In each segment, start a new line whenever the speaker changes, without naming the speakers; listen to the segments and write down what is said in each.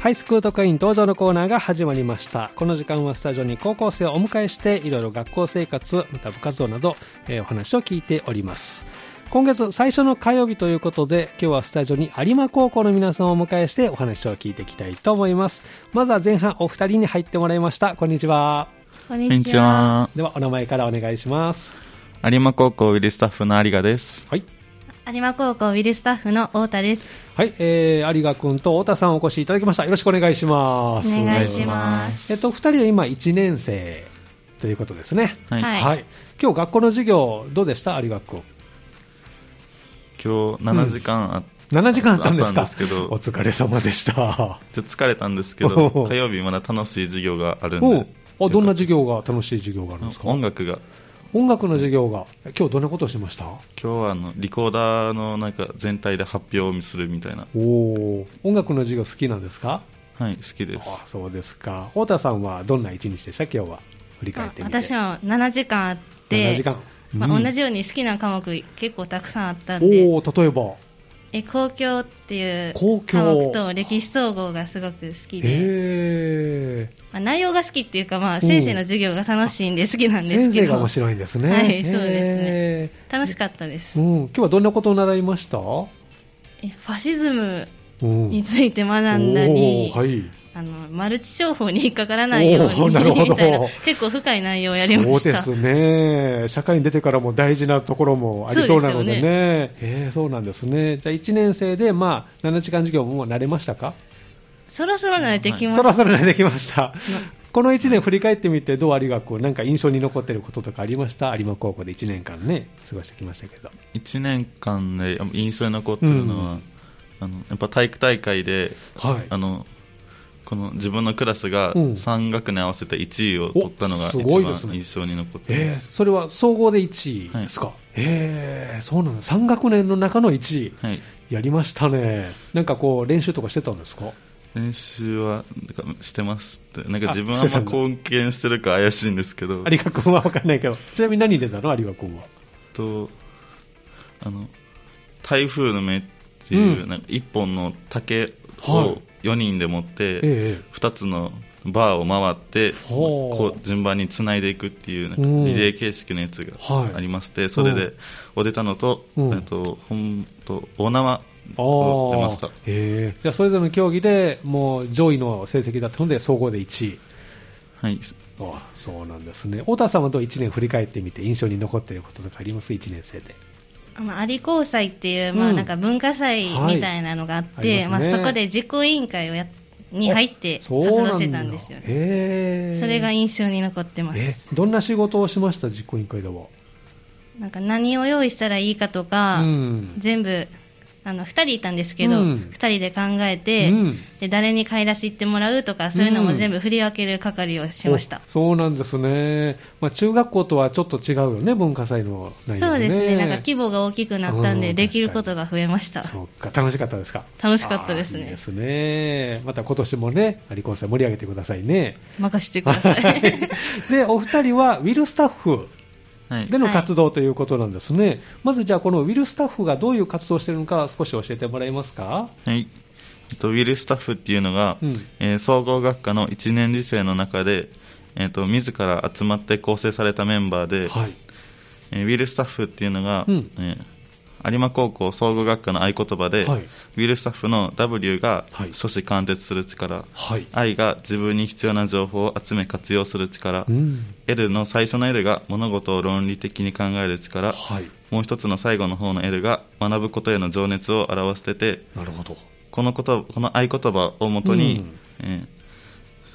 はい、スクートクイーン登場のコーナーが始まりました。この時間はスタジオに高校生をお迎えして、いろいろ学校生活、また部活動など、えーお話を聞いております。今月最初の火曜日ということで、今日はスタジオに有馬高校の皆さんをお迎えしてお話を聞いていきたいと思います。まずは前半お二人に入ってもらいました。こんにちは。
こん
こんにち。は。
では、お名前からお願いします。
有馬高校ウィルスタッフの有賀です。
はい。
有馬高校ウィルスタッフの太田です。
はい、えー、有賀くんと太田さんお越しいただきました。よろしくお願いします。
お願いします。
えっと、お二人は今1年生ということですね。
はい。
はい
今日学校の授業どうでした有賀くん。
今日7時間あ、
7時間あったんですか
あったんですけど
お疲れ様でした。
ちょっと疲れたんですけ
おう
ど、 火曜日まだ楽しい授業があるん
おう
で。
あどんな授業が楽しい授業があるんですか
音楽が。
音楽の授業が今日どんなことをしました
今日はあの、リコーダーのなんか全体で発表をするみたいな。
おお音楽の授業好きなんですか
はい、好きです。
あそうですか太田さんはどんな一日でした今日は振り返ってみて、
私は7時間あって、
7時間、
まあ
うん
同じように好きな科目結構たくさんあったんで、
おお例えば
え公共っていう
公
科
共
目と歴史総合がすごく好きで、
へえ
まあ、内容が好きっていうか、まあ、先生の授業が楽しいんで好きなんです
先
け
生
ど、
が面白いんですね。
はいそうですね
へ
楽しかったです、
ーうん、今日はどんなことを習いました、う
えファシズム
ん
について学んだり、
おーはい、
あのマルチ商法に引っかからないよう
おー
に
なるほど
みたいな結構深い内容をやりました
そうですね、社会に出てからも大事なところもありそうなので
そう
ね、えーそうなんですね、じゃあ1年生で、まあ、7時間授業ももう慣れましたか、
そろそろ慣れてきまし
そ
た、
ろそろ慣れてきま した、この1年振り返ってみて、どうありがこう、なんか印象に残ってることとかありました、有馬高校で1年間ね、過ごしてきましたけど。
1年間で印象に残ってるのは、
うん
あのやっぱ体育大会で、
はい
あのこの自分のクラスが
うん
3学年合わせて1位を取ったの
お
が
す
一
ごいです
番
ね
印象に残って
え
ま
ー
す、
それは総合で1位ですか、えーそうなんだ、3学年の中の1位、
はい、
やりましたね、なんかこう、練習とかしてたんですか、
練習はなんかしてますってなんか
あ
自分は
して
あ
た
んま
んだ
貢献してるか怪しいんです けど
有賀君は分かんないけど、 ちなみに何出たの、有賀君は。
とあの台風の目っていう、
うん
なんか1本の竹
は
を
い
4人で持って、
え
2つのバーを回って
ほう
こう順番につないでいくっていうなんか
うん
リレー形式のやつが
はい
ありまして、それでお出たのと,、
うん
えっと本と大縄
え
を出ま
あ
した
あ、ええじゃあそれぞれの競技でもう上位の成績だったので、総合で1位。
はい
ああそうなんですね。太田さんはどう1年振り返ってみて、印象に残っていることとかあります、1年生で。
あの有功祭っていう、
う
まあ、
ん
なんか文化祭みたいなのがあっ
はいあ
て、
り
ま
ますね
あ、そこで実行委員会をやっに入って活
そうなんだ
動してたんですよね。
ええ
それが印象に残ってます。
えどんな仕事をしました、実行委員会では。
なんか何を用意したらいいかとか、
うん
全部あの2人いたんですけど、
う
二
ん
2人で考えて、
うん
で誰に買い出し行ってもらうとかそういうのも全部振り分ける係をしました。
おそうなんですね、まあ、中学校とはちょっと違うよね、文化祭の内容
そうですね、なんか規
分
模が大きくなったんで、
うん
できることが増えました。
そうか、楽しかったですか。
楽しかったで
あ
す
ーいい
ね
で。すね。また今年もね、有コンサ盛り上げてください ね。
任せてください。
で、お二人はウィルスタッフ
はい
での活動ということなんですね。まずじゃあ、このウィルスタッフがどういう活動をしているのか、少し教えてもらえますか。
はいえっとウィルスタッフっていうのが、
うん
えー総合学科の1年次生の中で、えっと自ら集まって構成されたメンバーで、
はい。
えーウィルスタッフっていうのが、
うん
えー有馬高校総合学科の合言葉で、
はい
ウィルスタッフの W が
はい
組織貫徹する力、
はい。
I が自分に必要な情報を集め活用する力、
うん。
L の最初の L が物事を論理的に考える力、
はい。
もう一つの最後の方の L が学ぶことへの情熱を表してて、
なるほど。
このことこの合言葉をもとに、えー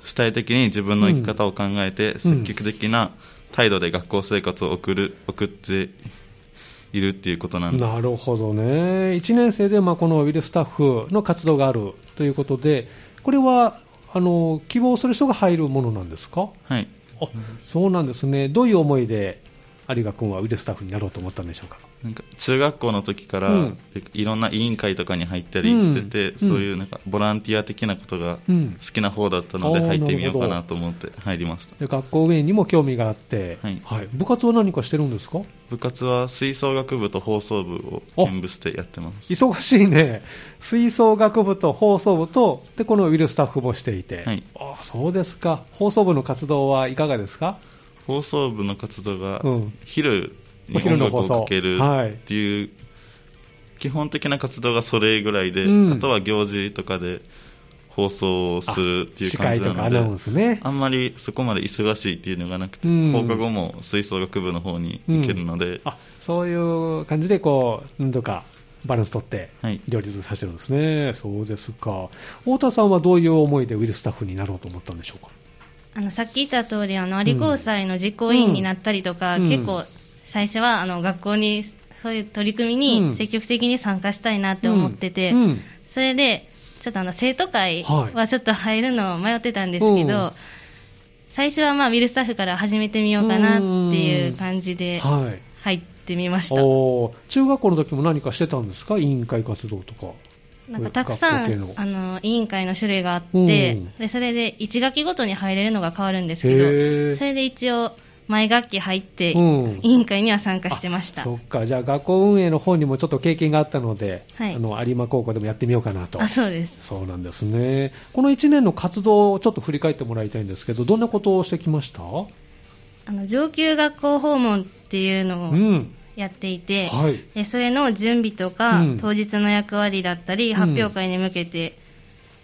主体的に自分の生き方を考えて、積極的な態度で学校生活を送る送っているっていうことなんで
なるほどね、1年生でまあこのウィルスタッフの活動があるということで、これはあの希望する人が入るものなんですか、
はい
あそうなんですね、どういう思いで有賀君は腕スタッフになろうと思ったんでしょうか。
なんか中学校の時から、
うん
いろんな委員会とかに入ったりしてて、
うん
そういうなんかボランティア的なことが
うん
好きな方だったので
あー
入ってみようか
なる
な
ほ
と思って入りました
で学校運営にも興味があって、
はい
部活は何かしてるんですか
部活は吹奏楽部と放送部を兼部してやってます
忙しいね、 吹奏楽部と放送部と、でこのウィルスタッフもしていて、
はい
あそうですか、放送部の活動はいかがですか、
放送部の活動が
うん
昼に
お昼
音
の
楽
放
を
送
かける
はい
っていう基本的な活動がそれぐらいで、
うん
あとは行事とかで放送をするっていう
司
感
会
じな
とかア
の
ナウン
で
スね、
あんまりそこまで忙しいっていうのがなくて、
うん
放課後も吹奏楽部の方に行けるので、
あそういう感じでこう、なんとかバランス取って
はい、
両立させてるんですね、そうですか、太田さんはどういう思いでウィルスタッフになろうと思ったんでしょうか。
あのさっき言った通りあの有効祭の実行委員になったりとか、
うん
結構最初はあの学校にそういう取り組み
うん
に積極的に参加したいなって思ってて、
うんうん
それでちょっとあの生徒会
はい
はちょっと入るのを迷ってたんですけど、
うん
最初はまあビルスタッフから始めてみようかなっていう感じで
はい
入ってみました。
おー中学校の時も何かしてたんですか委員会活動とか。
なんかたく
学
さ
校
ん
系の
あの委員会の種類があって、
うん
でそれで1学期ごとに入れるのが変わるんですけ
へー
どそれで一応毎学期入って、
うん
委員会には参加してました
あそっか、じゃあ学校運営の方にもちょっと経験があったので、
はい
あの有馬高校でもやってみようかなと。
あそうです
そうなんですね。この1年の活動をちょっと振り返ってもらいたいんですけど、どんなことをしてきました
あの上級学校訪問っていう
う
のを
ん。
やっていて、
はい。
でそれの準備とか、
うん
当日の役割だった
う
り
ん
発表会に向けて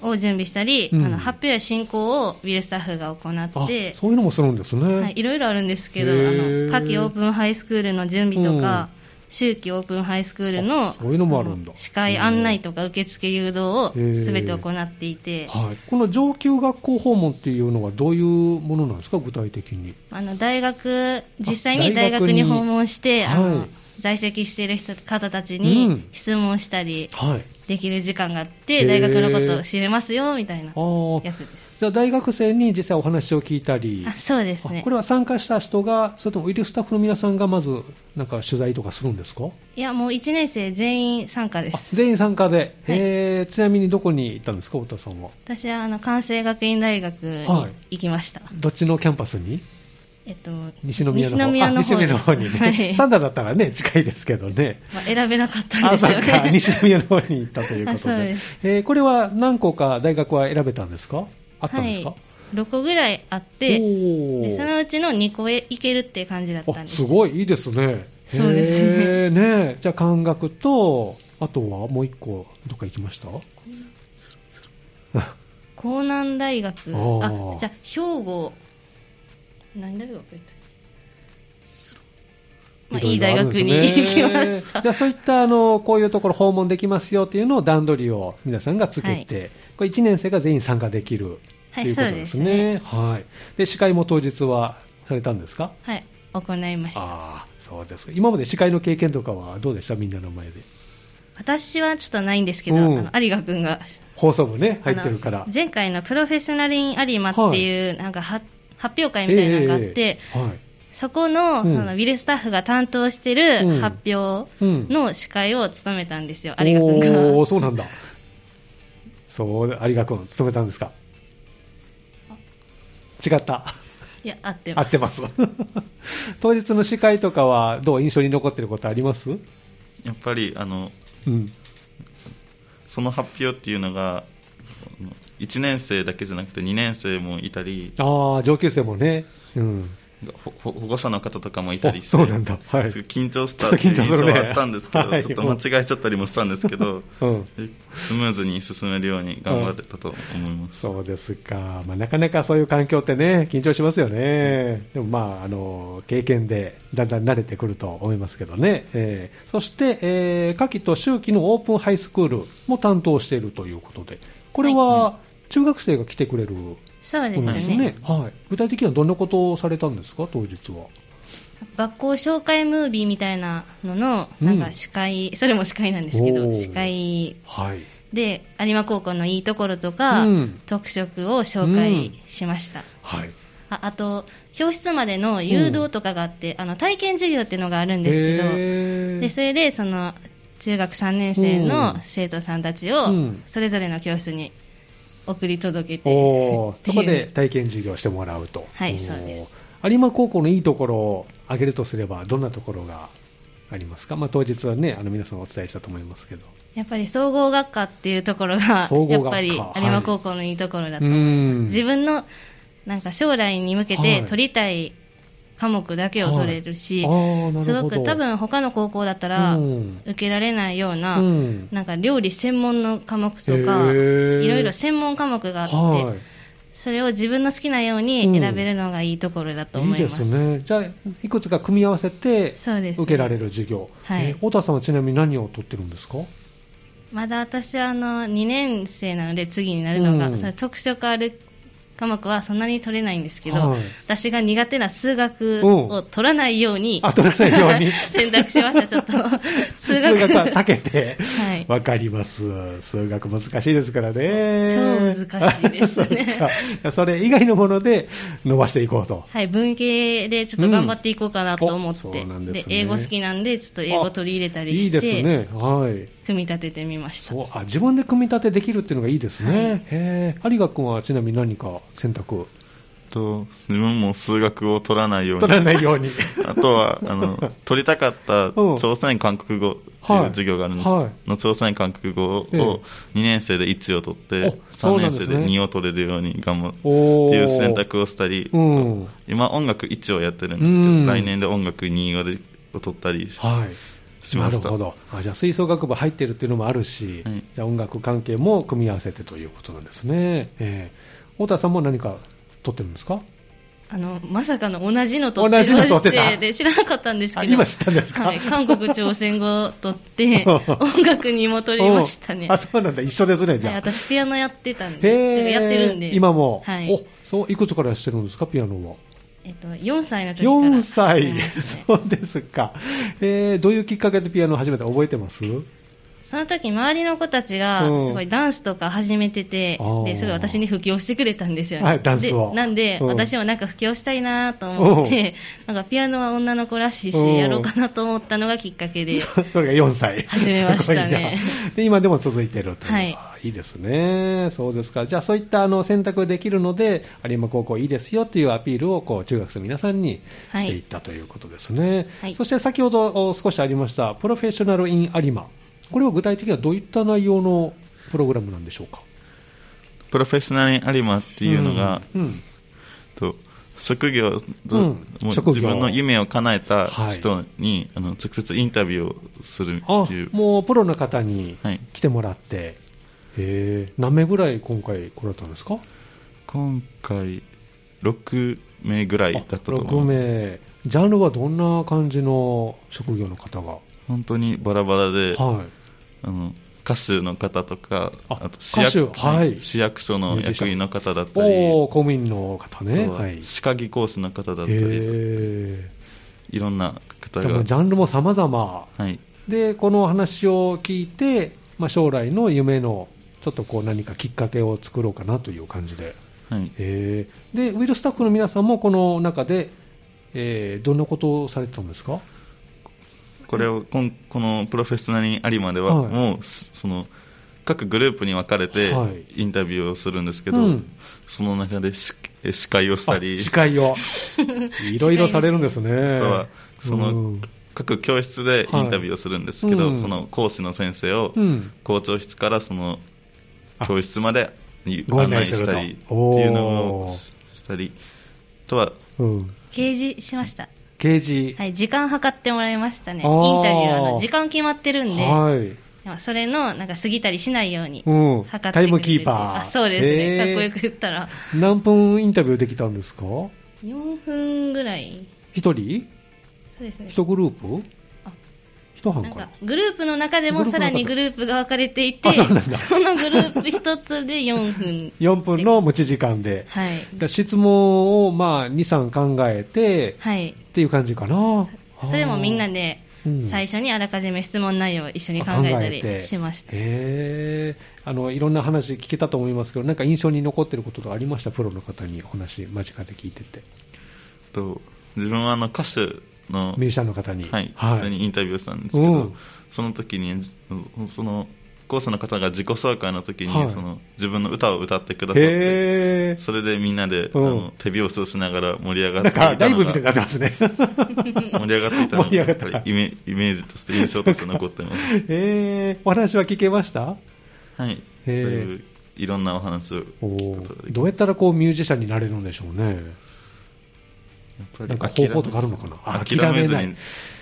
を準備したり、
うん
あの発表や進行をビルスタッフが行
あ
って、
そういうのもするんですね。
はい、いろいろあるんですけど、あ
へー
の夏季オープンハイスクールの準備とか、秋季オープンハイスクールの
あそういうのもあるんだ
その司会案内とか受付誘導を
へー
すべて行っていて、
はいこの上級学校訪問っていうのはどういうものなんですか、具体的に。
あの大学実際
あ
に
大
大
学
学
に
に訪問して、あ
はい
の在籍している人方たち
う
に
ん
質問したり
はい。
できる時間があっ
へ
て、
ー
大学のことを知れますよみたいな
あー
やつです。
じゃあ大学生に実際お話を聞いたり
あ、そうです
あ
ね
これは参加した人が、それともウィルスタッフの皆さんがまず、なんか取材とかするんですか
いやもう1年生全員参加で
あ
す
全員参加で、
はい
えーちなみにどこに行ったんですか、太田さんは。
私はあの関西学院大学
は
に
い
行きました、
どっちのキャンパスに
えっと、
西宮の方
西宮の
あ西
方
宮の方
で
に
す
ね、
はい
サンダだったらね、近いですけどね。
まあ、選べなかったん
あ
です
そっ
よ
か
ね。
西宮の方に行ったということ
あそう
で
で
えーこれは何個か大学は選べたんですかあったんですか、
はい、6個ぐらいあっ
お
て、
ー
でそのうちの2個へ行けるって感じだったん
あ
です。
すごいいいですね。
そうですね
へーねじゃあ、感覚と、あとはもう一個、どっか行きましたあ
江南大学、
おー
あじゃあ兵庫、何大学やったっけ まあ、いい
ろ
大
ろあるんで
学
す
に
ね
行きました。
じゃあそういったあのこういうところ訪問できますよっていうのを段取りを皆さんがつけて、これ1年生が全員参加できると
はい
いうことなんですね。はい。で司会も当日はされたんですか。
はい、行いました。
ああ、そうですか。今まで司会の経験とかはどうでしたみんなの前で。
私はちょっとないんですけど、
うん
あの有賀君が
放送部ね入ってるから
あの。前回のプロフェッショナル・イン・有馬っていう、なんかは発表会みたいなのがあって、
ええはい。
そこの,、
うん
そのウィルスタッフが担当して
うん
る発表
うん
の司会を務めたんですよ、有賀君
おー
が。
そうなんだ。そう、有賀君勤めたんですか。違った。
いや、合って
合
ま
っ
す。
てます。当日の司会とかはどう印象に残ってることあります？
やっぱりあの
うん。
その発表っていうのが1年生だけじゃなくて2年生もいたり
ああ、上級生もね。うん。
ほほ保護者の方とかもいたりして
おそうなんだはい
すごい緊張したっていう
ちょっと緊張
印
する
象
ね
はあったんですけど、
はい
ちょっと間違えちゃったりもしたんですけど、
うん。
スムーズに進めるように頑張れたと思います、
そうですか。まあ、なかなかそういう環境ってね、緊張しますよね。でもまあ、あの、経験でだんだん慣れてくると思いますけどね。えーそして、えー夏季と秋季のオープンハイスクールも担当しているということで、これは中学生が来てくれるも
そうです
の
よ
です
ね
ね。はい。具体的にはどんなことをされたんですか、当日は。
学校紹介ムービーみたいなのの、
うん
なんか司会、それも司会なんですけ
お
ど、
ー
司会
はい。
で有馬高校のいいところとか、
うん
特色を紹介しました。
はい。
ああと教室までの誘導とかがあって、あの体験授業っていうのがあるんですけど、
へー
でそれでその中学3年生の生徒さんたちを
うん
それぞれの教室に送り届けて、
おお、
って
そ
いう
こで体験授業してもらうと。
はい
おー
そうです。
有馬高校のいいところを挙げるとすれば、どんなところがありますか、まあ、当日はね、あの皆さんお伝えしたと思いますけど。
やっぱり総合学科っていうところが
総合
や
学科
っぱり有
はい
馬高校のいいところだと、
ん
自分のなんか将来に向け
はい
て取りたい科目だけを取れるし、
あーなるほど
すごく多分他の高校だったら
うん
受けられないような、
うん
なんか料理専門の科目と
へ
か、
ー
いろいろ専門科目があって、
は
それを自分の好きなように選べるのがいいところだと
い、い
思
い
い
で
ますす。
ね、じゃあ、いくつか組み合わせて
そうですね
受けられる授業、
はい
えー太田さんはちなみに何を取ってるんですか
まだ私はあの2年生なので次になるのが、
うん
その特色ある科目はそんなに取れないんですけど、
はい
私が苦手な数学
うん
を取らないように、
あ取らないように
選択しました、ち ょっと。数学
数学は避けて、
はい
わかります。数学難しいですからね。
超難しいですね
そうかそれ以外のもので伸ばしていこうと。
はい、文系でちょっと頑張っていこうかなと思っ
う
て、
んおそうなんですね
英語好きなんで、ちょっと英語取り入れたり
いい
して、
ですね。はい。
組み立ててみました。
そう、あ、自分で組み立てできるっていうのがいいですね。へえ。有賀君はちなみに何か選択
と自分も数学を取らないように
取らないよう に。
あとは、あの、取りたかった
うん
朝鮮韓国語っていう授業があるんです。
はいは
の朝鮮韓国語を
ええ
2年生で1を取って、
おそう
3
なん
年
です
生
ね
で2を取れるように頑張る
おー
っていう選択をしたり、
うん。
今音楽1をやってるんですけど、
うん
来年で音楽2を取ったりし
はい。
しました。
なるほどあ。じゃあ吹奏楽部入ってるっていうのもあるし、
はい
じゃあ音楽関係も組み合わせてということなんですね。えー、太田さんも何か取ってるんですか
あの、まさかの同じの取って
同じの取ってた
ましてで知らなかったんですけ
あ
ど。
今知ったんですか
はい、韓国朝鮮語を取 って、音楽にも取りましたね。
おうあ、そうなんだ。一緒ですね、じゃ
は
あ。
い私ピアノやってたんで、
へー
やってるんで。
今も。
はい
お、そう、いくつからしてるんですか、ピアノは。
えっと、4歳の時から。
4歳。
そ
そうですか。えー、どういうきっかけでピアノを始めた覚えてます
その時、周りの子たちが、
うん
すごいダンスとか始めてて
あー、
ですごい私に布教してくれたんですよね。
はいダンスを
でなんで、
うん
私もなんか布教したいなと思って、なんかピアノは女の子らしい
うん
し、やろうかなと思ったのがきっか けで。
そそれが4歳。
始めまし
すご
たね
いなで、今でも続いてるという。
はい
あいいですね。そうですか。じゃあ、そういったあの選択できるので、有馬高校いいですよというアピールを、こう、中学生の皆さんに
はい
していったということですね。
はい
そして、先ほどお少しありました、プロフェッショナル・イン・有馬。これは具体的にはどういった内容のプログラムなんでしょうか
プロフェッショナルに有馬っていうのが、
うんうん
と職業と、
うん
もう
職業
自分の夢を叶えた人に、あの直接インタビューをする
あ
っていう、
もうプロの方に
はい
来てもらって、へえ何名ぐらい今回来られたんですか、
今回6名ぐらいだったと思
6
う
名、ジャンルはどんな感じの職業の方が、
本当にバラバラで、
はい、
あの歌手の方とか
あ
と市役
歌手はい
市役所の役員の方だったり、
おー公務員の方ね、
あとは
はい、へ
歯科技講師の方だったり
え
いろんな方
じゃあも
が
うジャンルも様々
はい、
で、この話を聞いて、まあ、将来の夢のちょっとこう何かきっかけを作ろうかなという感じで。
はい、
へーで、ウィルスタッフの皆さんもこの中で、えーどんなことをされてたんですか
これをこんこのプロフェッショナルにありまでは、
はい
もうすその各グループに分かれて
はい
インタビューをするんですけど、
うん
その中でしえ司会をしたり
あ司会 を。いろいろされるんですね。
あとはその
うん
各教室でインタビューをするんですけど、
はいうん
その講師の先生を
うん
校長室からその
あ
教室までい
ご案
案
内
内
する
し
と
たりっていうの
お
を
ー
ししたりあとは
うん。
掲示しました。
刑事。
はい、時間計ってもらいましたね。イン
あー
タビュー、あの、時間決まってるんで、
はい。
まあそれの、なんか過ぎたりしないように、
うん
測ってくれて
タイムキーパー
あ、そうですね。
へー
かっこよく言ったら、
何分インタビューできたんですか
4分ぐらい。
一人
そうですね。
一グループ
あ
一
な
班
ん
か
か
な、
グループの中でもさらにグループが分かれていて、
あ
そ
そうなんだ
のグループ一つで4分。
?4 分の持ち時間で。
はい。
だから質問をまあ2、3考えて
はい。
っていう感じかな。
それもみんな
で
で、
うん
最初にあらかじめ質問内容を一緒に考えたりしました。
へーあのいろんな話聞けたと思いますけど、なんか印象に残ってることとかありました、プロの方にお話、間近で聞いてて、
と自分はあの歌手の、
ミュージシャンの方に。
はい
は
方
い
にインタビューしたんですけど、
うん
その時にその講師の方が自己紹介の時に、
はい
その自分の歌を歌ってくださって
へー
それでみんなで、
うん
あの手拍子をしながら盛り上がっ
なん
ていた
か
の
ライブみたいになって
が
ます ね。
盛り上がっていたの
盛り上
が
が
や
っ
ったぱりイメイメージとして印象として残ってます
えー、お話は聞けました
はいだ
へ
い
ー
ぶいろんなお話をやっ
お
こと
ー
で
どうやったらこうミュージシャンになれるんでしょうね。
ぱり
なんか
諦
方
め
法とかあるのかな
諦め
諦め
ず
ない
に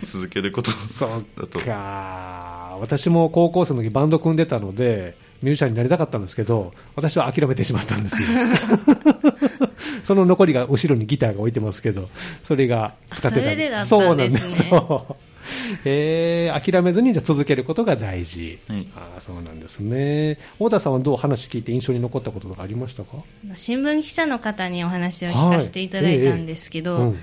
続けることだと
か私も高校生の時バンド組んでたのでミュージシャンになりたかったんですけど私は諦めてしまったん ですよその残りが後ろにギターが置いてますけどそれが使ってた
それでだったんですね
そうなんですそうえー諦めずにじゃあ続けることが大事、
はい
あーそうなんですね太田さんはどう話聞いて印象に残ったこととかありましたか
新聞記者の方にお話を聞かせていただいたんですけど、
はいええうん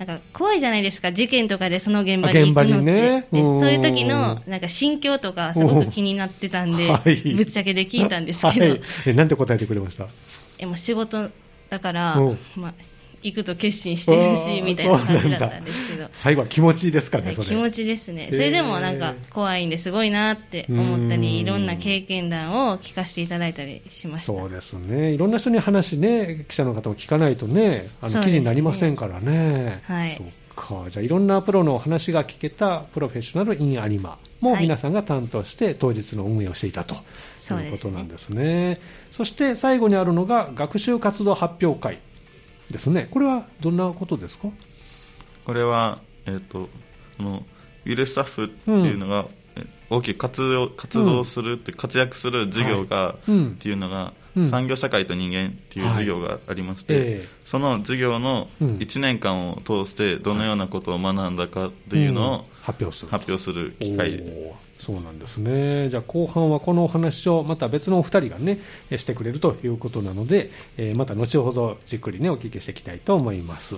なんか怖いじゃないですか、事件とかでその現場に行
あ
く
現場
のって、
にね
で
うん
そういう時のなんか心境とか、すごく気になってたんで、
うんはい
ぶっちゃけで聞いたんですけど、
はいえなんて答えてくれました
えもう仕事だから、
うん
まあ、行くと決心してるし、みたいな感じだったんですけど。
最後は気持ちいいですかね、
はい
それ
気持ちですね、それでもなんか怖いんですごいなって思った
うん
り、いろんな経験談を聞かせていただいたりしました。
そうですね、いろんな人に話ね、記者の方も聞かないとね、あ
そ
の
う
記
ですね
事になりませんからね、
はい
そっか、じゃあ、いろんなプロの話が聞けたプロフェッショナル・イン・アリマも
はい
皆さんが担当して、当日の運営をしていたとい
そうです
う
ね
ことなんですね、そして最後にあるのが、学習活動発表会ですね、これはどんなことですか
これは、えー、とこのゆるスタッフっていうのが、え大きく活動活動するって、活躍する事業が、
うん
っていうのが、
うん
産業社会と人間っていう
はい
授業がありまして、
ええ
その授業の
うん
1年間を通してどのようなことを学んだかっていうのを
ん発表する
発表する機会で、
おーそうなんですね。じゃあ後半はこのお話をまた別のお二人がね、えしてくれるということなので、えーまた後ほどじっくりね、お聞きしていきたいと思います。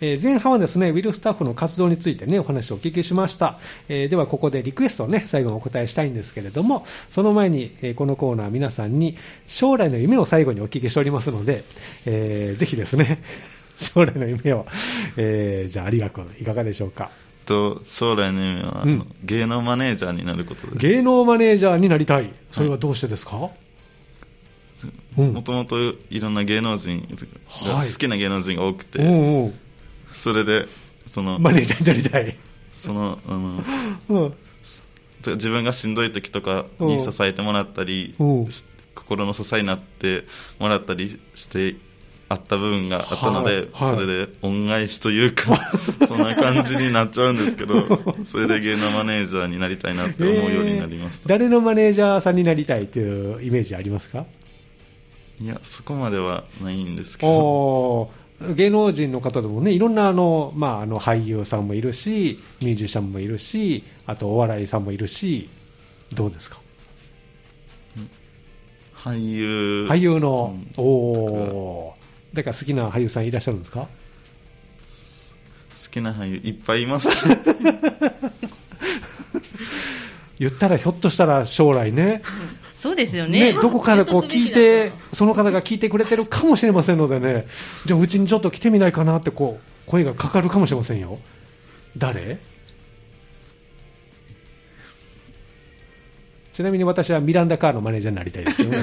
えー前半はですね、ウィルスタッフの活動についてね、お話をお聞きしました。えーではここでリクエストをね、最後にお答えしたいんですけれども、その前に、えーこのコーナー皆さんに将来の夢を最後にお聞きしておりますので、えーぜひですね、 将来の夢を、えーじゃあ有賀君いかがでしょうか。
と将来の夢は、あの
うん
芸能マネージャーになることです。
芸能マネージャーになりたい、それはどうしてですか、うん
もともといろんな芸能人が、
はい
好きな芸能人が多くて、
おう
それでそ
おう
の
マネージャーになりたい、
そのあの
うん、
自分がしんどい時とかに支えてもらったり
うん
し心の支えになってもらったりしてあった部分があったので、
はいはい
それで恩返しという かそんな感じになっちゃうんですけどそれで芸能マネージャーになりたいなって思うようになりまし
えー
た、
誰のマネージャーさんになりたいというイメージありますか
いやそこまではないんですけど
おー芸能人の方でもね、いろんなあの、まあ、あの俳優さんもいるし、ミュージシャンもいるし、あとお笑いさんもいるし、どうですか、
俳優
俳優の、
その好
おーだから好きな俳優さんいらっしゃるんですか
きな俳優いっぱいいますし
言ったらひょっとしたら将来ね、
そうですよ
ね、
ね。
どこからこう
説得
聞い
べきだ
て、その方が聞いてくれてるかもしれませんのでね、じゃあ、うちにちょっと来てみないかなってこう、声がかかるかもしれませんよ。誰ちなみに私はミランダカーのマネージャーになりたいですけど ね。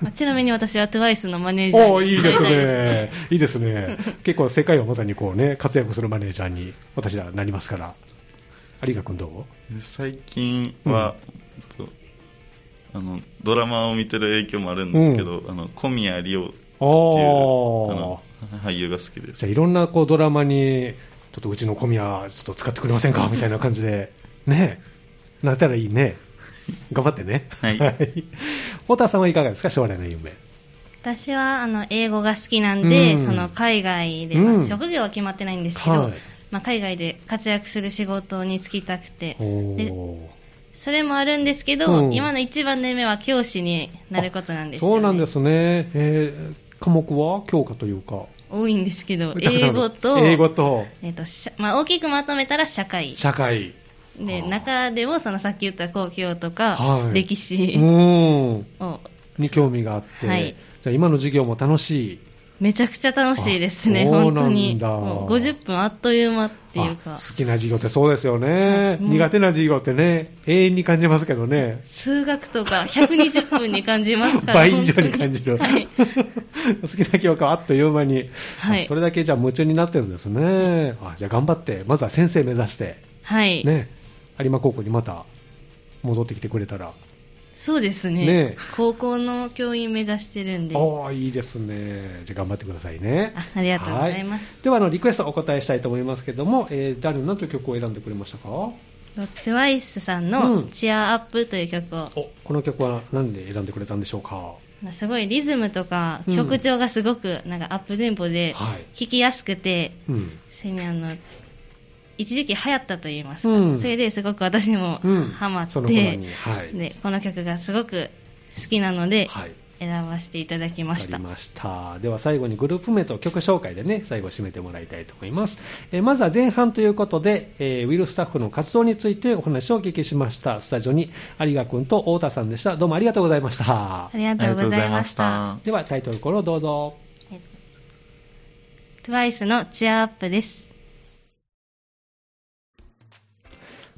まあちなみに私は TWICE のマネージャーに
おーいいです
なりた
ね。いいですね。結構世界をまさにこうね、活躍するマネージャーに私らなりますから。有賀君どう
最近は、とあのドラマを見てる影響もあるんですけど、あの小宮理央
あ
っていうあ
ー
の俳優が好きです
じゃあいろんなこうドラマに、ちょっとうちの小宮、ちょっと使ってくれませんかみたいな感じで、ねえ、なったらいいね。頑張ってね。
はい
太田さんはいかがですか、将来の夢。
私はあの英語が好きなんで、
うん
その海外で、まあ
うん
職業は決まってないんですけど、
はい
まあ、海外で活躍する仕事に就きたくて
お
で
ー
それもあるんですけど、
うん
今の一番の夢は教師になることなんですよ、ね、
そうなんですね。えー科目は教科というか。
多いんですけど、
たくさん
英
ある
語と、
英語と
えっと社まあ、大きくまとめたら社会。
社会。
で、
あー
中でも、そのさっき言った公共と
は
か、
い
歴
う
史
ん。
を、
に興味があって、
はい
じゃあ今の授業も楽しい。
めちゃくちゃ楽しいですね、
あそうなん
本
だ
当に。もう50分あっという間っていう
あ
か、
好きな授業ってそうですよね、
うん
苦手な授業ってね、永遠に感じますけどね。
数学とか120分に感じますか ら。
倍以上に感じる。
本当に
好きな教科はあっという間に、
はい
あそれだけじゃあ夢中になってるんですね。あじゃあ頑張って、まずは先生目指して、
はい。はい。
ね、有馬高校にまた戻ってきてくれたら。
そうです
ね
ね。高校の教員目指してるんで。
ああ、いいですね。じゃあ頑張ってくださいね。
あありがとうございます
はでは、あの、リクエストお答えしたいと思いますけども、えー、誰の何という曲を選んでくれましたかお、
TWICE さん
う
の
ん
「チアアップ」という曲を、
この曲は何で選んでくれたんでしょうか
すごいリズムとか
うん
曲調がすごくなんかアップテンポで
はい
聴きやすくて、
うん。
それにあの一時期流行ったと言いますか、
うん
それですごく私にも
うん
ハマって、
その頃に。はい。
でこの曲がすごく好きなので
はい。
選ばせていただきま
わ
し
か
た
りました。では最後にグループ名と曲紹介でね、最後締めてもらいたいと思います。えーまずは前半ということで、えーウィルスタッフの活動についてお話をお聞きしました。スタジオに有賀くんと太田さんでした。どうもありがとうございました
あ。りがとうございました
あ
ではタイトルコールをどうぞ。
えっと TWICE の「チアアップ」です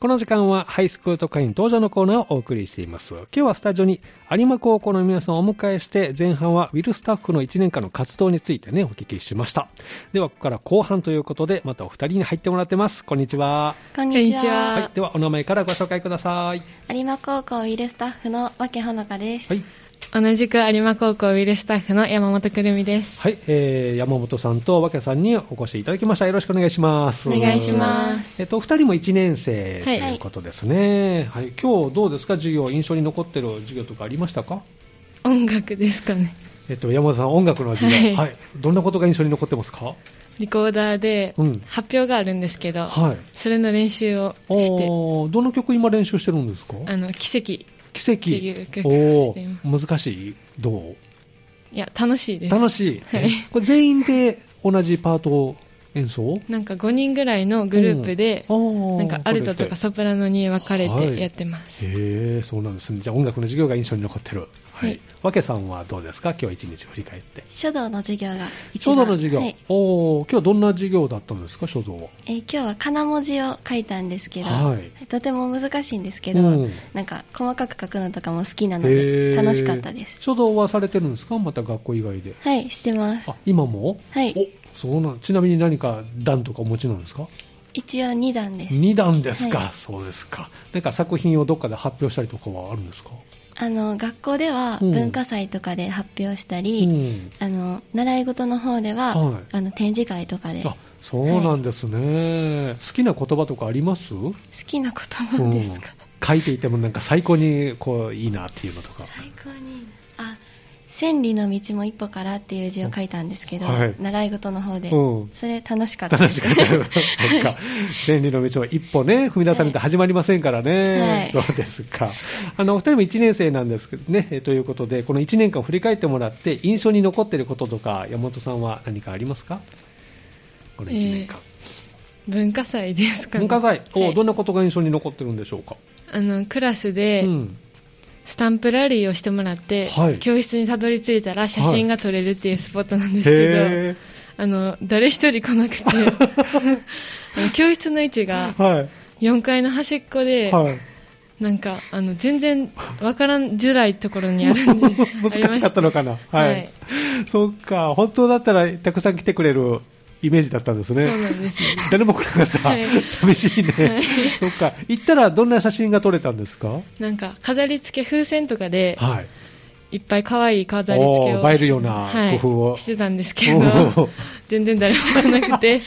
この時間はハイスクール特派員登場のコーナーをお送りしています。今日はスタジオに有馬高校の皆さんをお迎えして、前半はウィルスタッフの1年間の活動についてね、お聞きしました。では、ここから後半ということで、またお二人に入ってもらってます。こんにちは。
こんにちは。
はい、ではお名前からご紹介ください。
有馬高校ウィルスタッフのわけほのかです。
はい、
同じく有馬高校ウィルスタッフの山本くるみです。
はい、えー、山本さんと和けさんにお越しいただきました。よろしくお願いします。。
お願いします
えっと、お二人も1年生と
はい
いうことですね。はい、今日どうですか授業、印象に残ってる授業とかありましたか
音楽ですかね。
えっと、山本さん、音楽の授業、は、
はいい
どんなことが印象に残ってますか
リコーダーで
うん
発表があるんですけど、
はい。
それの練習をして、
おーどの曲今練習してるんですか
あの、奇跡。い
奇跡。
っていう曲
お
してい
ー難しいどう
や、楽しいです。
楽しい。
はい
これ全員で同じパートを演奏
なんか5人ぐらいのグループで、
うん
なんかアルトとかソプラノに分かれ
はい
てやってます。
へえ、そうなんですね。じゃあ音楽の授業が印象に残ってる。は
はい
い。わけさんはどうですか今日一日振り返って。
書道の授業が一
書
番
道の授業。
はい
おお、今日どんな授業だったんですか書道は。
えー今日は金文字を書いたんですけど、
はい
とても難しいんですけど、
うん
なんか細かく書くのとかも好きなの
へ
で
ー
楽しかったです。
書道はされてるんですかまた学校以外で。
はい、してます
あ。、今も
はい、
お、そうなん。ちなみに何か段とかお持ちなんですか
一応2段です。
?2 段ですか、
はい
そうですか。なんか作品をどっかで発表したりとかはあるんですか
あの学校では
うん
文化祭とかで発表したり、
うん
あの習い事の方では、
はい
あの展示会とかで好
あそうなんですね、好きな言葉とかあります
きな言葉ですか。
うん書いていてもなんか最高にこういいなっていうのとか
最高にあ千里の道も一歩からっていう字を書いたんですけど、
はい
習い事の方で、
うん
それ楽しかったで
楽し
す
かったそっか千里の道を一歩ね踏み出さないと始まりませんからね、
はい
そうですかあのお二人も1年生なんですけどねえということでこの1年間振り返ってもらって印象に残っていることとか山本さんは何かありますかこの1年間、
文化祭ですかね。
文化祭、お
はい
どんなことが印象に残ってるんでしょうか、
あの、クラスで
うん
スタンプラリーをしてもらって、
はい
教室にたどり着いたら写真が撮れるっていうスポットなんですけど、
へ
あの、誰一人来 なくて、あの教室の位置が
ーはい
4階の端っこで、
はい、、
なんか、あの、全然わからんづらいところにあるんで
難しかったのかな、は
はいい
そうか、本当だったらたくさん来てくれるイメージだったんです
ありまし
ね。
たそうなんです。
誰も来なかった、
はい
寂しいね、そっか、行ったらどんな写真が撮れたんですか、
なんか、飾り付け、風船とかで、
はい、
いっぱい可愛い飾り付け
お
を。
ー映えるような
はい
工夫を
してたんですけ
お
ど
ー、
全然誰も来なくて、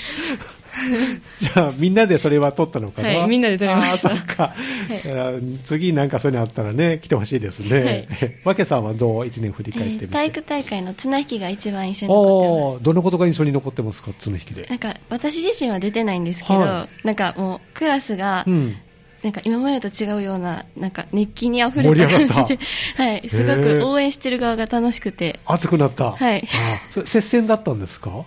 じゃあ、みんなでそれは撮ったのかな、
はいみんなで撮りまし
あ
た
ーそっか、
い
あー次なんかそういうのあったらね、来てほしいですね、わけさんはどう、1年振り
え
返ってみて、
ー体育大会の綱引きが一番印象に残って
おーどんなことが印象に残ってますか、綱引きで
ます。なんか私自身は出てないんですけど、
は
なんかもうクラスが、
うん
なんか今までと違うようななんか熱気にあふれ
盛
た
り上
感
がった
じで、はい、すご
へー
く応援してる側が楽しくて、
熱くなった、
はい
あーそれ接戦だったんですか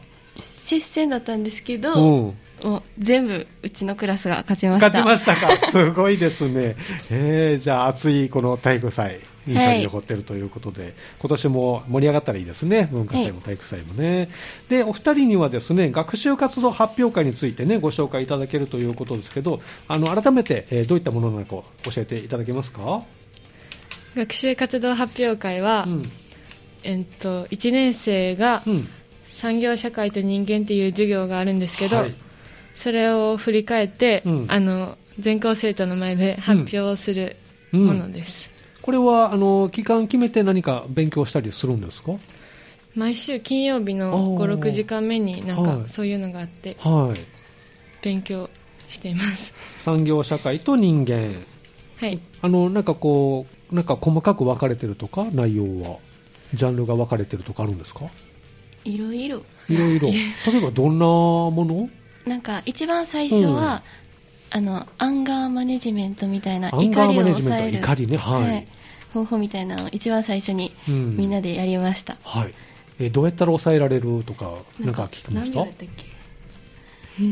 接戦だったんですけ
う
ど、
ん
もう全部うちのクラスが勝ちました。
勝ちましたか、 すごいですね、えーじゃあ、熱いこの体育祭、印象に残ってるということで、今年も盛り上がったらいいですね、文化祭も体育祭もね、でお二人にはですね学習活動発表会についてねご紹介いただけるということですけど、あの改めて、えーどういったものなのか教えていただけますか。
学習活動発表会は、
うん
えっと、1年生が
うん
産業社会と人間っていう授業があるんですけど、
はい
それを振り返って、
うん
あの全校生徒の前で発表する
うん
ものです、
これはあの期間決めて何か勉強したりするんですか
毎週金曜日
お
の
ー
56時間目になん
はい
かそういうのがあって
はい
勉強してい ます
産業社会と人間
はい
あのなんかこうなんか細かく分かれてるとか内容はジャンルが分かれてるとかあるんですか
いろいろ。
いろいろ例えばどんなもの
なんか、一番最初は、あの、アンガーマネジメントみたいな、
アンガー
怒り
マ
を
ネジ
抑
メ
え
ント
る。
怒りねはい、
方法みたいなのを一番最初に
うん
みんなでやりました。
はいえーどうやったら抑えられるとかなんか聞きました
何秒だったっけ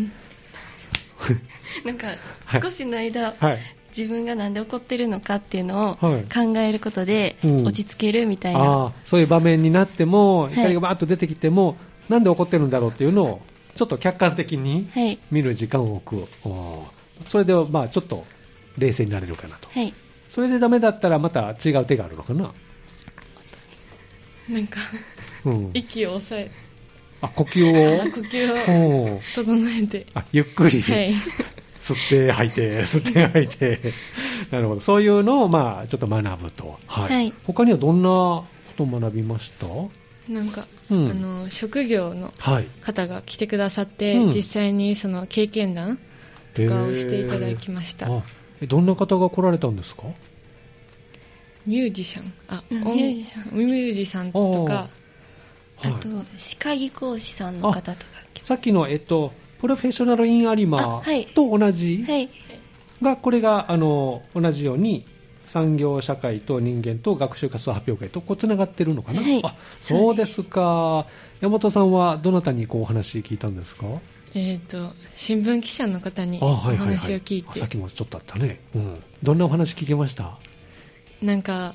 なんか
はい
少しの間、
はい
自分がなんで怒ってるのかっていうのを
はい
考えることで
うん
落ち着けるみたいな、
あーそういう場面になっても
はい
怒りがバーッと出てきても、なんで怒ってるんだろうっていうのをちょっと客観的に
はい
見る時間を置く、おーそれでまあちょっと冷静になれるかなと
はい
それでダメだったらまた違う手があるのかな、
なんか
うん、
息を抑え
あ呼吸を
あ呼吸を
ほう
整えて
あゆっくり、
はい
吸って吐い て吸って吐いてなるほどそういうのをまあちょっと学ぶと、はい
はい
他にはどんなことを学びました
なんか、
うん
あの職業の
はい
方が来てくださって、
うん
実際にその経験談とかをしていただきました、
えーあえどんな方が来られたんですか
ミュージシャンあ
うん
音
ミュージシャ
ミュージシャンとか
はい
あと歯科技講師さんの方とか
さっきの、えっと、プロフェッショナル・イン・アリマ
あはい
と同じ
はい
が、これがあの同じように産業社会と人間と学習活動発表会とこうつながってるのかな、
はい
あそうですか山本さんはどなたにこうお話聞いたんですか
えっ、と新聞記者の方に
あ
お
はいはいは
話を
い
聞いて、
あさっきもちょっとあったね、うん、どんなお話聞けました
なんか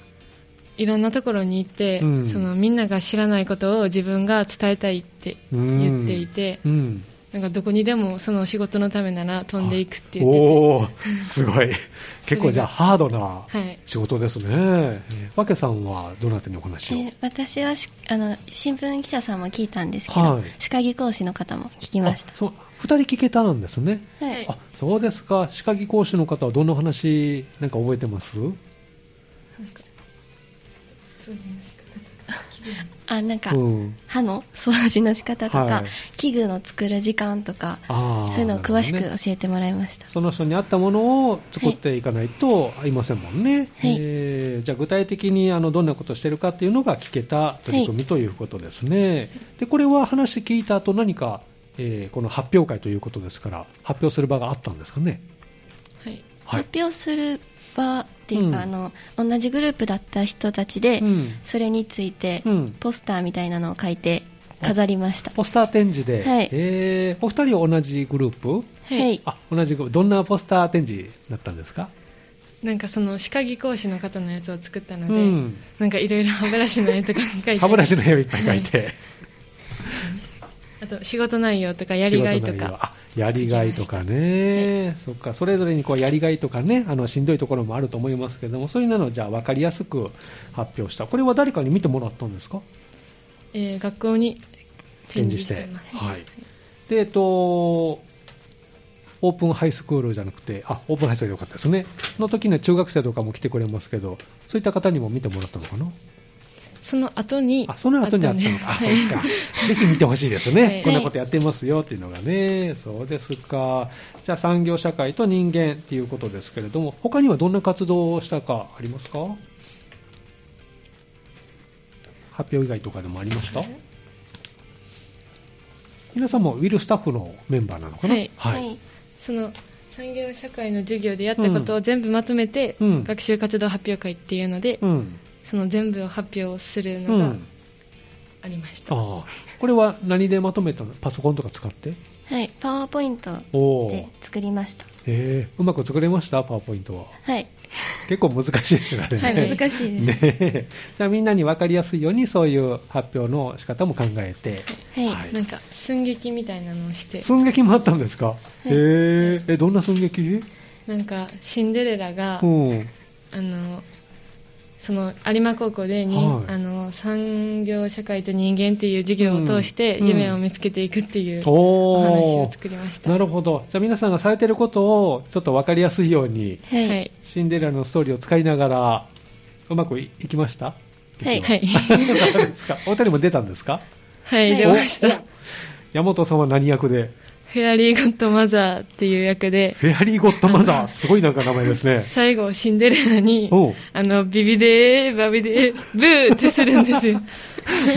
いろんなところに行って、
うん
そのみんなが知らないことを自分が伝えたいって
うん
言っていて、
うん
なんかどこにでもその仕事のためなら飛んでいくって言ってて
おおーす ごい結構じゃあハードな
はい
仕事ですね、えーわけさんはどなたにお話を、
えー私はしあの新聞記者さんも聞いたんですけど、
はい
歯科技講師の方も聞きました
あそう2人聞けたんですね、
はい
あそうですか歯科技講師の方はどんな話なんか覚えてます
あなんか、
うん
歯の掃除の仕方とか、
はい
器具の作る時間とか
あー
そういうのを詳しく
なるほどね
教えてもらいました、
その人に合ったものを作っていかないと合いませんもんね、
はい
えーじゃあ具体的にあのどんなことをしてるかっていうのが聞けた取り組みということですね、でこれは話聞いた後何か、えーこの発表会ということですから発表する場があったんですかね
はい
はい、
発表する場っていうか、
うん
あの同じグループだった人たちで、
うん
それについて、
うん
ポスターみたいなのを書いて飾りました
ポスター展示で、
はい
えーお二人は同じグループ
はい
あ同じグループどんなポスター展示だったんですか
なんかその歯科技講師の方のやつを作ったので、
うん
なんかいろいろ歯ブラシの絵とか書いて
歯ブラシの絵をいっぱい描いて、
あと仕事内容と かやりがいと
仕事内容あ
か
やりがいとかね、そっかそれぞれにこうやりがいとかねあのしんどいところもあると思いますけどもそういうのをじゃあ分かりやすく発表したこれは誰かに見てもらったんですか
えー学校に
展示して
ます
はいでえっとオープンハイスクールじゃなくてあオープンハイスクールよかったですねの時には中学生とかも来てくれますけどそういった方にも見てもらったのかな
その後に
あその後にあったのか、あそっか、ぜひ見てほしいですね、
はい
こんなことやってますよっていうのがね、そうですか、じゃあ、産業社会と人間っていうことですけれども、他にはどんな活動をしたかありますか発表以外とかでもありました皆さんもウィルスタッフのメンバーなのかな、
はい
はい、
その産業社会の授業でやったこと
う
を
ん
全部まとめて、
うん
学習活動発表会っていうので、
うん
その全部を発表する
う
のが
ん
ありました。
あ
は
あこれは何でまとめたのパソコンとか使って
はい、パワーポイント
おお
で
ー
作りました。
えーうまく作れましたパワーポイントは
はい、
結構難しいですよね、
はい、
ね
難しいです。
ねえじゃあみんなに分かりやすいようにそういう発表の仕方も考えて、
はい、
はい
なんか寸劇みたいなのをして、
寸劇もあったんですか、へええどんな寸劇
なんかシンデレラが、
うん
あのその有馬高校でに、
はい
あの産業社会と人間っていう授業を通して
うん
夢を見つけていくっていう
お
お
ー
話を作りました。
なるほどじゃあ皆さんがされてることをちょっと分かりやすいように
はい、
は
はいい、
シンデレラのストーリーを使いながらうまくいいきました
はい
はい、
そうですかお二人も出たんですか
はい、出ました。
山本さんは何役で
フェアリーゴッドマザーっていう役で、
フェアリーゴッドマザーすごいなんか名前ですね
最後シンデレラに
おう、
あの、ビビデー、バビデー、ブーってするんですよ。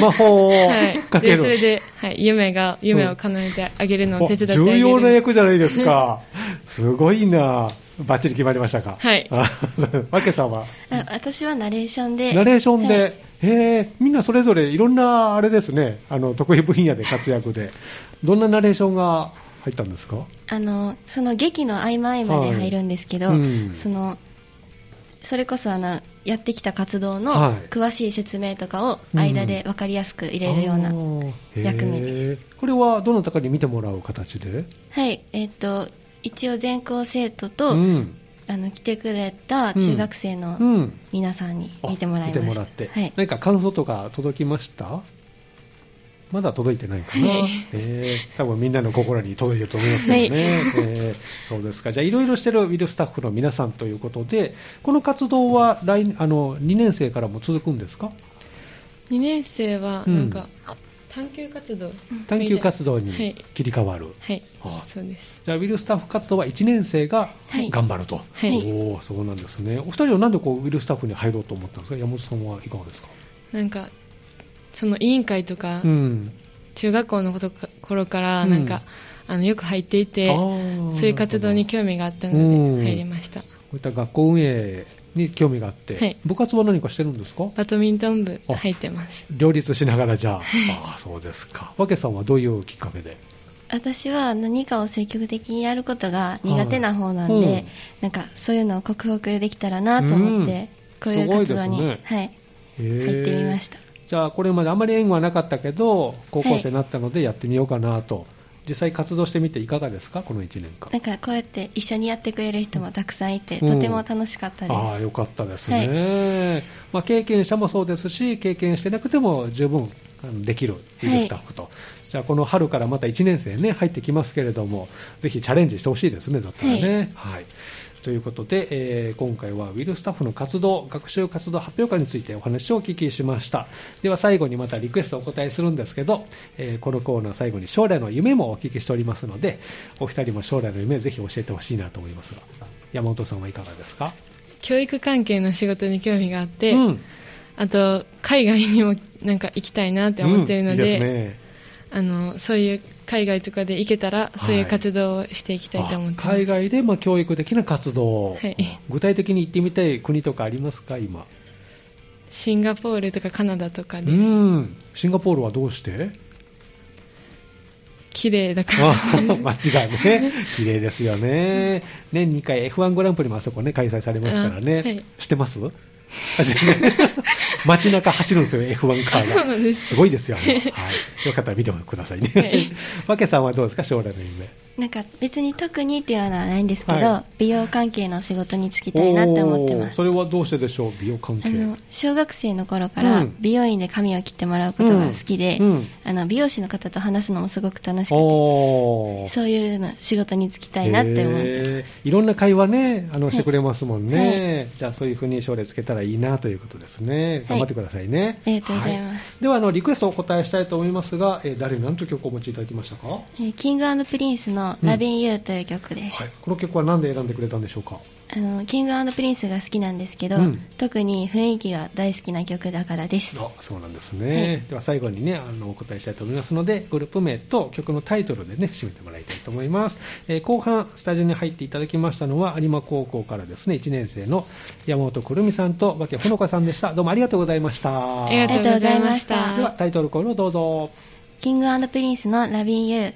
魔法を
はい
か。け
で、
る、
それで、はい、夢が、夢を叶えてあげるのを
お
手伝ってあげ
重
る。
要な役じゃないですかすごいなバッチリ決まりましたか
はい
あわけさんは
あ私はナレーションで、
ナレーションで、
はい
へーみんなそれぞれいろんなあれですねあの得意分野で活躍でどんなナレーションが入ったんですか
あのその劇の合間合間で入るんですけど、
はいうん
そのそれこそあのやってきた活動の
はい
詳しい説明とかを間で分かりやすく入れるような、
あー
役目
へ
で
ーこれはどなたかに見てもらう形で
はいえっと一応全校生徒と、
うん
あの来てくれた中学生
う
の
ん、
皆さんに
あ
見てもらいました、
見てもらって、
はい、
何か感想とか届きましたまだ届いてないかな、
はい
えー多分みんなの心に届いてると思いますけどね、えーそうですかじゃあいろいろしてるウィルスタッフの皆さんということでこの活動は来あの2年生からも続くんですか
2年生は、
うん
なんか、あ探究活動。
探究活動に
はい
切り替わる、
はい
あ。
そうです。
じゃあウィルスタッフ活動は1年生が
はい
頑張ると、
はい
おーそうなんですねお二人はなんでこうウィルスタッフに入ろうと思ったんですか山本さんはいかがですか
なんか、その委員会とか、
ん
中学校のことか頃から、
うん
なんか、あの、よく入っていて、
あー
そういう活動に興味があった
う
の
ん
で、入りました。
こういった学校運営に興味があって、
はい
部活は何かしてるんですか
バドミントン部
あ
入ってます。
両立しながらじゃあ、ああそうですか。わけさんはどういうきっかけで
私は何かを積極的にやることが苦手な方なんで、
はいうん
なんかそういうのを克服できたらなと思って、
うん
こういう活動
す
に、
ごいです
はい、入
入
ってみました。
じゃあこれまであまり縁はなかったけど、高校生になったのでやってみようかなと。実際活動してみていかがですかこの1年間
な。んかこうやって一緒にやってくれる人もたくさんいて、
うん
とても楽しかったで
ああ、
す。
よかったですね。まあ、経験者もそうですし、経験してなくても十分あのできるウィルスタッフと。じゃあ、この春からまた1年生ね、入ってきますけれども、ぜひチャレンジしてほしいですね、だったらね。はい。ということで、えー今回はウィルスタッフの活動、学習活動発表会についてお話をお聞きしました。では最後にまたリクエストをお答えするんですけど、えーこのコーナー最後に将来の夢もお聞きしておりますので、お二人も将来の夢ぜひ教えてほしいなと思いますが、山本さんはいかがですか
教育関係の仕事に興味があって、
うん、
あと、海外にもなんか行きたいなって思ってるので、
うんいいですね
あの、そういう海外とかで行けたら、
い
そういう活動をしていきたいと思ってます。
あ海外でまあ教育的な活動、
はい
具体的に行ってみたい国とかありますか、今、
シンガポールとかカナダとか
う
です。
ん、シンガポールはどうして
綺麗だから。
あ間違いね、綺麗ですよね、年2回 F1 グランプリもあそこね、開催されますからね、
あはい
知ってます あ知らない街中走るんですよ、F1 カーが。
そうなんです
ごいですよ ね、はい。よかったら見てくださいね。 わけさんはどうですか、将来の夢。
なんか別に特にっていうのはないんですけど、
は
美容関係の仕事に就きたいなって思ってま
おー
す
そ。れはどうしてでしょう、美容関係。
あの小学生の頃か
う
ら
ん
美容院で髪を切ってもらうことが好きで、
うんうん
あの美容師の方と話すのもすごく楽しくて、
おー
そういうの仕事に就きたいなって思ってます。
へーいろんな会話ね、あの、
い
してくれますもんね。じゃあ、そういうふうに奨励つけたらいいなということですね。頑張ってくださいね。
ありがとうございます
はでは、あの、リクエストをお答えしたいと思いますが、えー誰に何と曲をお持ちいただきましたか
えーキングプリンスのの「ラビン・ユー」という曲です、
はい、この曲は何で選んでくれたんでしょうか
あのキングプリンスが好きなんですけど、
うん
特に雰囲気が大好きな曲だからです
あそうなんですね、では最後にねあのお答えしたいと思いますのでグループ名と曲のタイトルでね締めてもらいたいと思います、えー後半スタジオに入っていただきましたのは有馬高校からですね1年生の山本くるみさんと和気ほのかさんでしたどうもありがとうございました
ありがとうございまし。
ありがとうございましたた
ではタイトルコールをどうぞ
キングプリンスの「ラビン・ユー」